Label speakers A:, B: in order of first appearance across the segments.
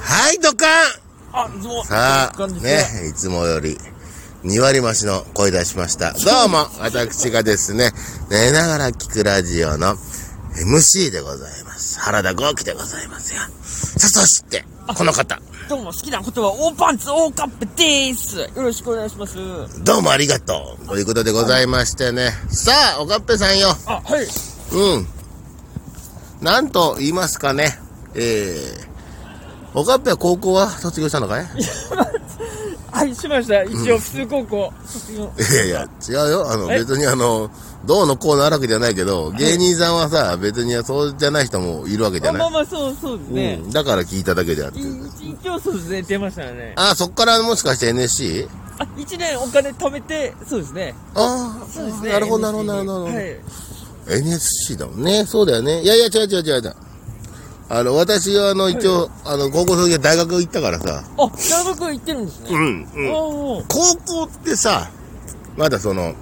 A: はい、ドカン
B: あ、どうも。
A: さ
B: こ
A: あ、
B: んにちは
A: ね、いつもより、2割増しの声出しました。どうも、私がですね、寝ながら聞くラジオの MC でございます。原田豪輝でございますよ。さあ、そして、この方、
B: どうも、好きな言葉、オーパンツ、オーカップでーす。よろしくお願いします。
A: どうもありがとうということでございましてね。さあ、おかっぺさんよ。
B: あ、はい。
A: うん。なんと言いますかね。えー、おかっぺは高校は卒業したのかい
B: はい、しました。一応、普通高校、卒業。
A: いやいや、違うよ。あの、
B: え
A: 別にあの、どうのこうのあるわけじゃないけど、芸人さんはさ、別にそうじゃない人もいるわけじゃ
B: あま
A: な
B: あ
A: い。
B: まあ、そう、そうですね
A: う。ん。だから聞いただけであって。
B: い一応、そうですね、出ましたね。
A: あ、そっからもしかして NSC?
B: あ、一年お金貯めて、そうですね。
A: ああ、
B: そうですね。
A: なるほど、なるほど、なるほ
B: NSC
A: ど。
B: はい。
A: NSC だもんね。そうだよね。いやいや、違う違う違う違う。あの、私はあの、一応、あの、高校卒業大学行ったからさ。
B: あ、大学行ってるんですね。
A: ん、うん。
B: おー
A: 高校ってさ、まだその、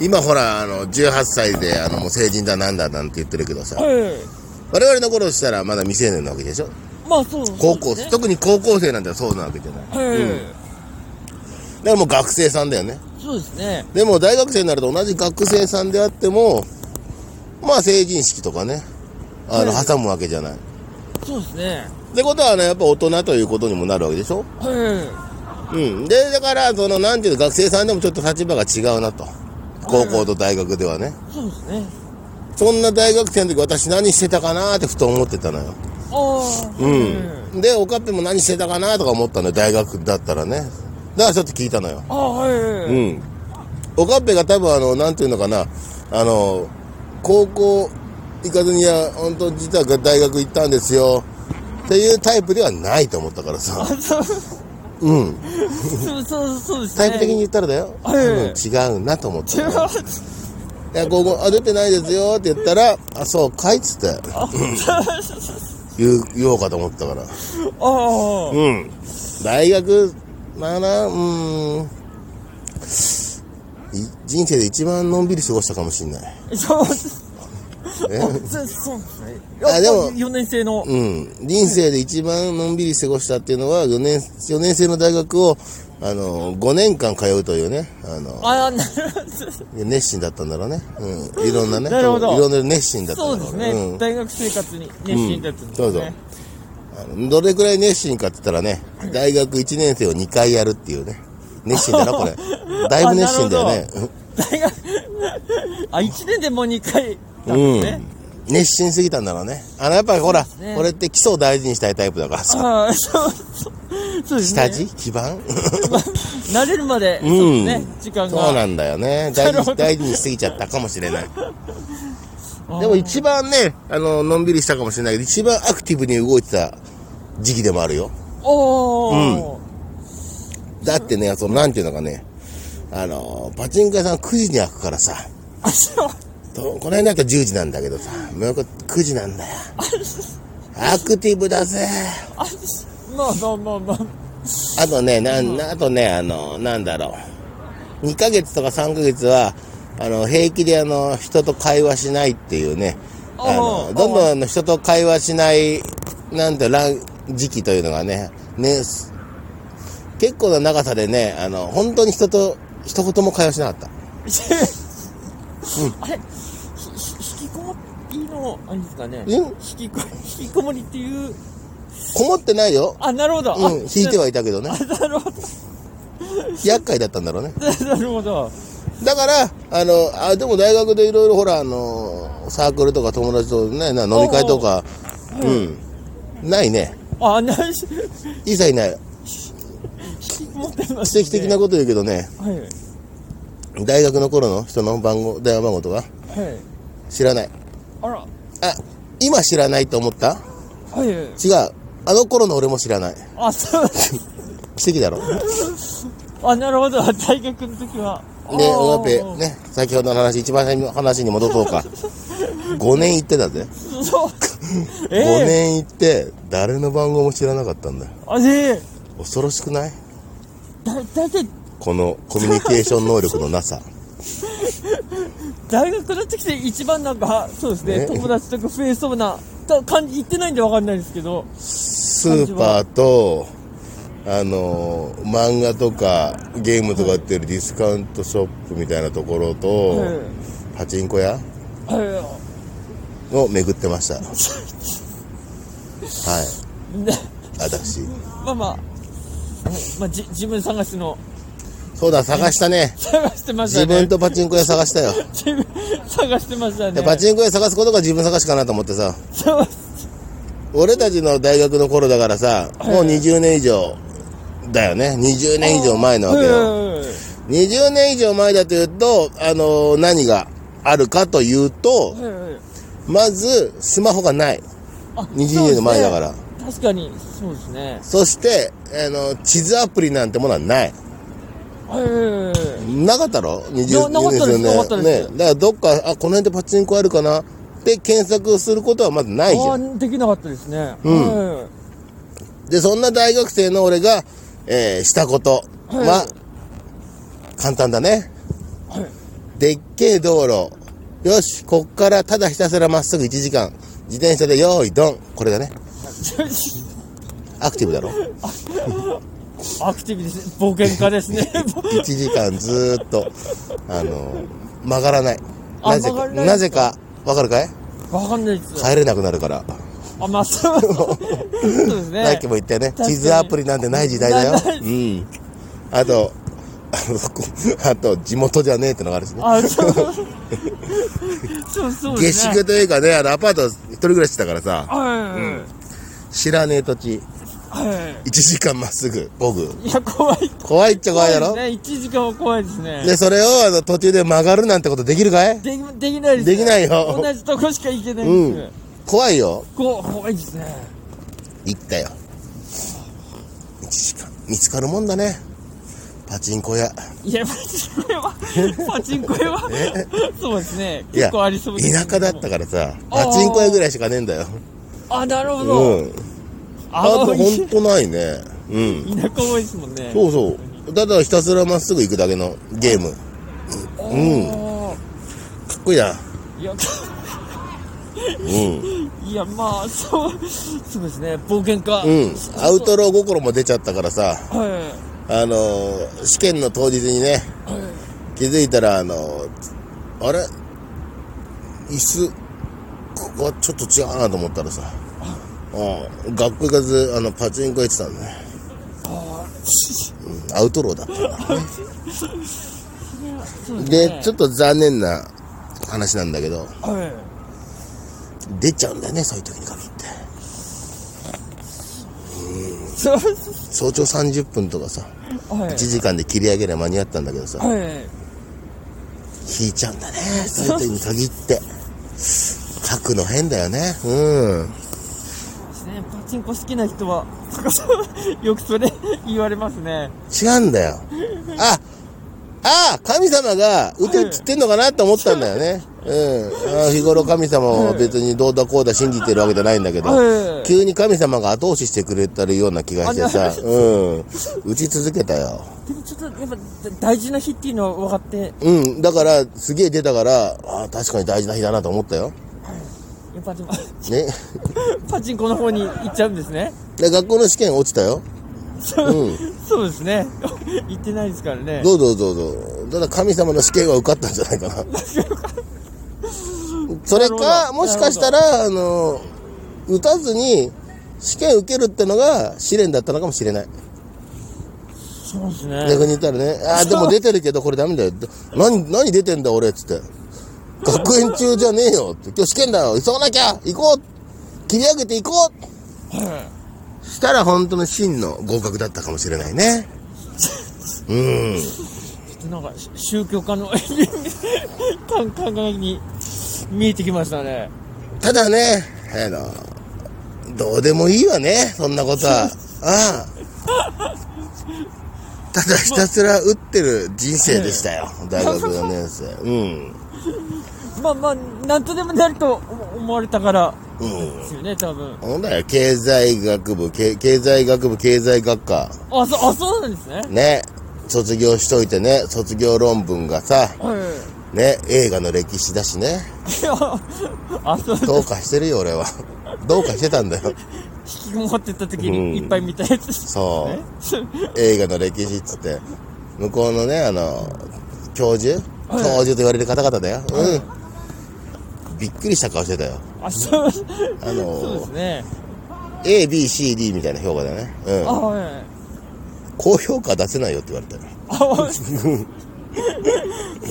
A: 今ほら、あの、18歳で、あの、もう成人だなんだなんて言ってるけどさ、
B: はい。
A: 我々の頃したらまだ未成年なわけでしょ
B: まあ、そう
A: 高校、
B: そうですね。
A: 特に高校生なんてそうなわけじゃない。だか
B: はい。
A: らもう学生さんだよね。
B: そうですね。
A: でも大学生になると同じ学生さんであっても、まあ成人式とかね、あの、
B: はい
A: 挟むわけじゃない。
B: そうですね。
A: ってことはね、やっぱ大人ということにもなるわけでしょ
B: は
A: うん。で、だから、その、なんていうの、学生さんでもちょっと立場が違うなと。高校と大学ではね。
B: い。そうですね。
A: そんな大学生の時私何してたかなーってふと思ってたのよ。
B: ああ。はい。
A: で、おかっぺも何してたかなーとか思ったのよ、大学だったらね。だからちょっと聞いたのよ。
B: ああ、はい。
A: う
B: はい
A: ん。おかっぺが多分あの、なんていうのかな、あの、高校行かずに、いや、本当実は大学行ったんですよ。っていうタイプではないと思ったから
B: あ
A: さ。
B: そう、
A: うん。
B: そう、そう、そうです
A: タ
B: ね。
A: イプ的に言ったらだよ。多
B: はい
A: 分違うなと思っ
B: 違
A: た
B: う
A: のよ。 いや、高校、あ、出てないですよって言ったら、あ、そうかいっつって
B: あ、
A: 言う言おうかと思ったから。
B: ああ、
A: うん。大学、まあな、うーん。い人生で一番のんびり過ごしたかもしんない。
B: そう、そ
A: え
B: う、そうですね。
A: あでも
B: 4年生の、
A: うん。人生で一番のんびり過ごしたっていうのは、4年、4年生の大学を、あの、5年間通うというね、あの、
B: ああ、なる
A: 熱心だったんだろうね。うん。いろんなね、
B: なるほど
A: いろんな熱心だ
B: ほど。
A: ったんだろね。
B: そううですね。大学生活に熱心だったんです
A: そうそう
B: ね。
A: あのどれくらい熱心かって言ったらね、大学1年生を2回やるっていうね。熱心だな、こ れ。だいぶ熱心だよね。うん
B: 大学、 あ、1年でもう2回だったんですね。
A: うん、熱心すぎたんだろうねあのやっぱりほら、
B: そうですね
A: これって基礎を大事にしたいタイプだからさ
B: ああ、そう、そうそうですね。
A: 下地基盤
B: 慣れるまで、そう
A: うん
B: ですね、時間
A: そう
B: が。
A: なんだよね大
B: なる
A: 事
B: ほ
A: に
B: ど
A: 大事にしすぎちゃったかもしれない
B: ああ
A: でも一番ねあののんびりしたかもしれないけど一番アクティブに動いてた時期でもあるよ
B: おー。
A: だってねそのなんていうのかねあのパチンコ屋さん9時に開くからさ
B: あ、そう。
A: とこの辺だったら10時なんだけどさもうこ9時なん だよアクティブだぜ
B: あ、まあまあまあまあ。
A: あとね、なん、あとね、あの、なんだろう。2ヶ月とか3ヶ月は、あの、平気であの、人と会話しないっていうね。あ
B: お
A: の、
B: う
A: どんどん
B: おう
A: あの、人と会話しない、なんて、らん時期というのがね、ね、す結構な長さでね、あの、本当に人と、一言も会話しなかった。
B: あれひひ引きこもりのあれですかね
A: ん
B: 引きこ引きこもりっていう
A: こもってないよ。
B: あなるほど、
A: うん、
B: あ
A: 引いてはいたけどね。
B: なるほど
A: 厄介だったんだろうね。
B: なるほど
A: だから、あの、あ、でも大学でいろいろほら、あの、サークルとか友達とね、な飲み会とか、うん。ないね。
B: あなし引
A: 一切ない。
B: きこもってま
A: 奇
B: すね
A: 跡的なこと言うけどね、
B: はいはい
A: 大学の頃の人の番号、電話番号とか、知らない。
B: あら
A: あ、今知らないと思った
B: はいはい
A: 違う。あの頃の俺も知らない。
B: あそう
A: 奇跡だろ。
B: あなるほど大学の時は
A: で、
B: あー
A: おがぺ、ね、先ほどの話、一番最初の話に戻そうか。5年行ってたぜ。
B: そう
A: 5
B: ええ
A: 年行って、誰の番号も知らなかったんだよ。
B: あれ
A: 恐ろしくない
B: だだって
A: このコミュニケーション能力のなさ。
B: 大学の時で一番なんかそうですね
A: ね
B: 友達とか増えそうなた感じ言ってないんでわかんないですけど
A: スーパーと、あのー漫画とかゲームとか売ってるディスカウントショップみたいなところと、
B: はい
A: パチンコ屋
B: は
A: を巡ってました。はい
B: いね
A: い、私。
B: まあまあ、はいまあ、じ自分探しの
A: そうだ、探したね。
B: 探してました
A: 自
B: ね
A: 分とパチンコ屋探したよ。
B: 自分探してました
A: で
B: ね
A: パチンコ屋探すことが自分探しかなと思ってさ、
B: そう
A: 俺たちの大学の頃だからさ、もう
B: はい
A: 20年以上だよね。20年以上前なわけよ。
B: うん
A: 20年以上前だというと、あのー何があるかというと、
B: はいはい
A: まず、スマホがない。
B: あ
A: 20年の前だから。
B: そうですね確かにそうですね
A: そして、あの、地図アプリなんてものはない。
B: はいはいはい
A: なかったろ ?20 年
B: なかったですなかった
A: ね。
B: です
A: だからどっか、あ、この辺でパチンコあるかなって検索することはまずないじ
B: あ
A: ゃ
B: あ
A: ん。
B: ーできなかったですね
A: うん
B: はい
A: で、そんな大学生の俺が、えーしたことは、
B: はい
A: 簡単だね。
B: はい
A: でっけえ道路。よし、こっからただひたすらまっすぐ1時間。自転車でよーいどん。これだね。アクティブだろ。
B: アクティブですね。冒険家ですね。
A: 1時間ずーっと、あの、曲がらない。
B: あ
A: なぜ
B: 曲が
A: か、
B: らない
A: なぜか、わかるかい
B: わかんないです。
A: 帰れなくなるから。
B: あ、まあ、そうそうですね。
A: さっきも言ったよね。
B: かに
A: 地図アプリなんてない時代だよ
B: なな。
A: うん。あと、あの、こあと、地元じゃねえってのがあるしね。
B: あ、そう。そうそうで
A: 下
B: すね。
A: 宿というかね、あの、アパート一人暮らしだからさ、
B: はい、
A: 知らねえ土地、
B: は
A: 1時間まっすぐ、僕
B: い。いや、怖い。
A: 怖いっちゃ怖いだ
B: です
A: ろ
B: ね。一時間は怖いですね。
A: で、それを、あの、途中で曲がるなんてことできるかい
B: でき、できないです、
A: で
B: ね。
A: きないよ
B: 同じとこしか行けない
A: うん
B: です。
A: 怖いよ。
B: こう、怖いですね。
A: 行ったよ。1時間。見つかるもんだね。パチンコ屋。
B: いや、パチン コ屋は、パチンコ屋は、そうですね。
A: いや、
B: 結構ありそうです、ね。
A: 田舎だったからさ、パチンコ屋ぐらいしかねえんだよ。
B: あ、なるほど。
A: うん。
B: あ
A: あ
B: の、
A: と
B: 田
A: ほんとないね。うん。
B: 舎多いですもんね。
A: そうそう。ただひたすらまっすぐ行くだけのゲーム。
B: うん。
A: かっこいいな。
B: いや、
A: うん。
B: いや、まあ、そう、そうですね、冒険家。
A: うん。アウト
B: ロ
A: ロー心も出ちゃったからさ、
B: は
A: あのー試験の当日にね、
B: い。はい。
A: 気づいたら、あのーあれ椅子、ここはちょっと違うなと思ったらさ、うん。学校行かず、あの、パチンコ行ってたんだね。
B: あ
A: うんアウトローだったな。
B: あ、そうです
A: で
B: ね。、
A: ちょっと残念な話なんだけど、
B: はい。
A: 出ちゃうんだよね、そういう時に限って。
B: そう、
A: 早朝30分とかさ、
B: は
A: 1
B: い。
A: 時間で切り上げれば間に合ったんだけどさ、
B: はい。
A: 引いちゃうんだね。そういう時に限って。書くの変だよね。うん。
B: ですね、パチンコ好きな人は、 よくそれ言われますね。
A: 違うんだ よ。あ、ああ、神様が打てって言ってんのかなと思ったんだよね。うん。ああ日頃神様は別にどうだこうだ信じてるわけじゃないんだけど、
B: はい。
A: 急に神様が後押ししてくれてるような気がして さ、うん。打ち続けたよ。
B: でもちょっと、やっぱ、大事な日っていうのは分かって、や
A: うん。だから、すげえ出たから、ああ、確かに大事な日だなと思ったよ。
B: っぱで も、
A: ね。
B: パチンコの方に行っちゃうんですね。
A: で、学校の試験落ちたよ。
B: そう、そうですね。 行ってないですから ね。
A: どうぞどうぞ。ただ神様の試験は受かったんじゃないか な。それ
B: なる
A: か、
B: ほど
A: もしかしたら、あの、打たずに試験受けるってのが試練だったのかもしれない。
B: そうですね。
A: 逆に言ったらね、ああ、でも出てるけどこれダメだよ。ど何、何出てんだ俺っつって。学園中じゃねえよって。今日試験だよ。急がなきゃ行こう切り上げて行こう
B: はい
A: したら本当の真の合格だったかもしれないね。うん。
B: なんかし宗教家の考考えに見えてきましたね。
A: ただね、あの、どうでもいいわね、そんなことは。ああ。ただひたすら打ってる人生でしたよ、大学4年生。うん。
B: まあまあ、なんとでもなると思思われたから
A: うん。
B: ですよね、多分。
A: ほんだよ、経済学部、け経済学部、経済学科。
B: あ、そう、あ、そうなんですね。
A: ね。卒業しといてね、卒業論文がさ、
B: はい。
A: ね、映画の歴史だしね。
B: いやあ、そう、
A: どうかしてるよ、俺は。どうかしてたんだよ。
B: 引きこもってった時
A: うん
B: にいっぱい見たやつです
A: そう
B: ね。
A: 映画の歴史っつって、向こうのね、あの、教授教
B: はい
A: 授と言われる方々だよ。うん。びっくりした顔してたよ。
B: あ、そう、
A: あの
B: そうですね。
A: A、B、C、D みたいな評価だね。
B: あ、
A: うん。
B: はい。
A: 高評価出せないよって言われたよ。
B: あ、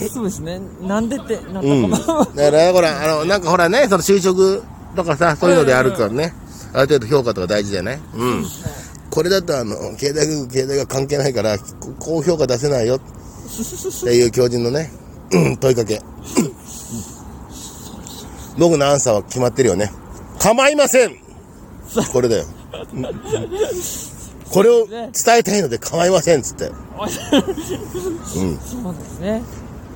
B: そうですね。なんでって、なん
A: うん。だ
B: だ
A: か
B: かも。
A: らね、ほら、あの、なんかほらね、その就職とかさ、そういうのであるからね、ある程度評価とか大事じゃないうん。これだと、あの、経済学、経済学関係ないから、こ高評価出せないよっていう教授のね、うん問いかけ。僕のアンサーは決まってるよね。構いませんこれだよ。これを伝えたいので構いませんっつって。
B: そうなんですね。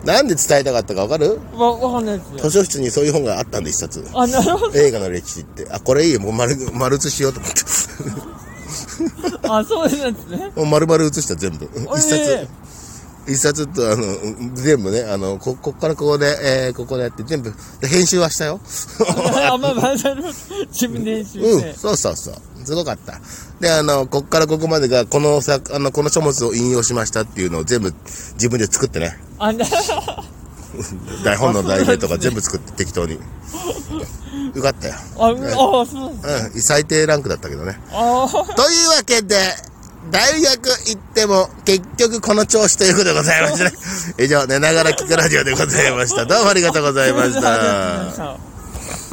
A: なんで伝えたかったかわかる
B: わ、わかんないです
A: 図
B: よ。
A: 書室にそういう本があったんで、一冊。
B: あ、な るほ
A: 映画の歴史って。あ、これいいよ。もう丸、丸写しようと思って。
B: ど。あ、そうなんですね。
A: もう丸々写した、全部。
B: あ
A: 一冊
B: え。
A: 一冊と、あの、うん全部ね、あの、こ、こっからここで、えーここでやって、全部、で編集はしたよ。
B: あ、まあまあ、なるほど。自分で練習
A: う
B: し
A: ん、
B: て。
A: そうそうそう。すごかった。で、あの、こっからここまでが、この作、あの、この書物を引用しましたっていうのを全部、自分で作ってね。
B: あ、な、
A: 台本の題名とか
B: あそ
A: 全部作って、適当に。よかったよ。
B: あ、うんあ、そうなんです。
A: うん、最低ランクだったけどね。
B: あ
A: というわけで、大学行っても結局この調子ということでございましたね。以上、寝ながら聞くラジオでございました。どうもありがとうございまし
B: あ、ありがとうござい
A: た
B: まし。た。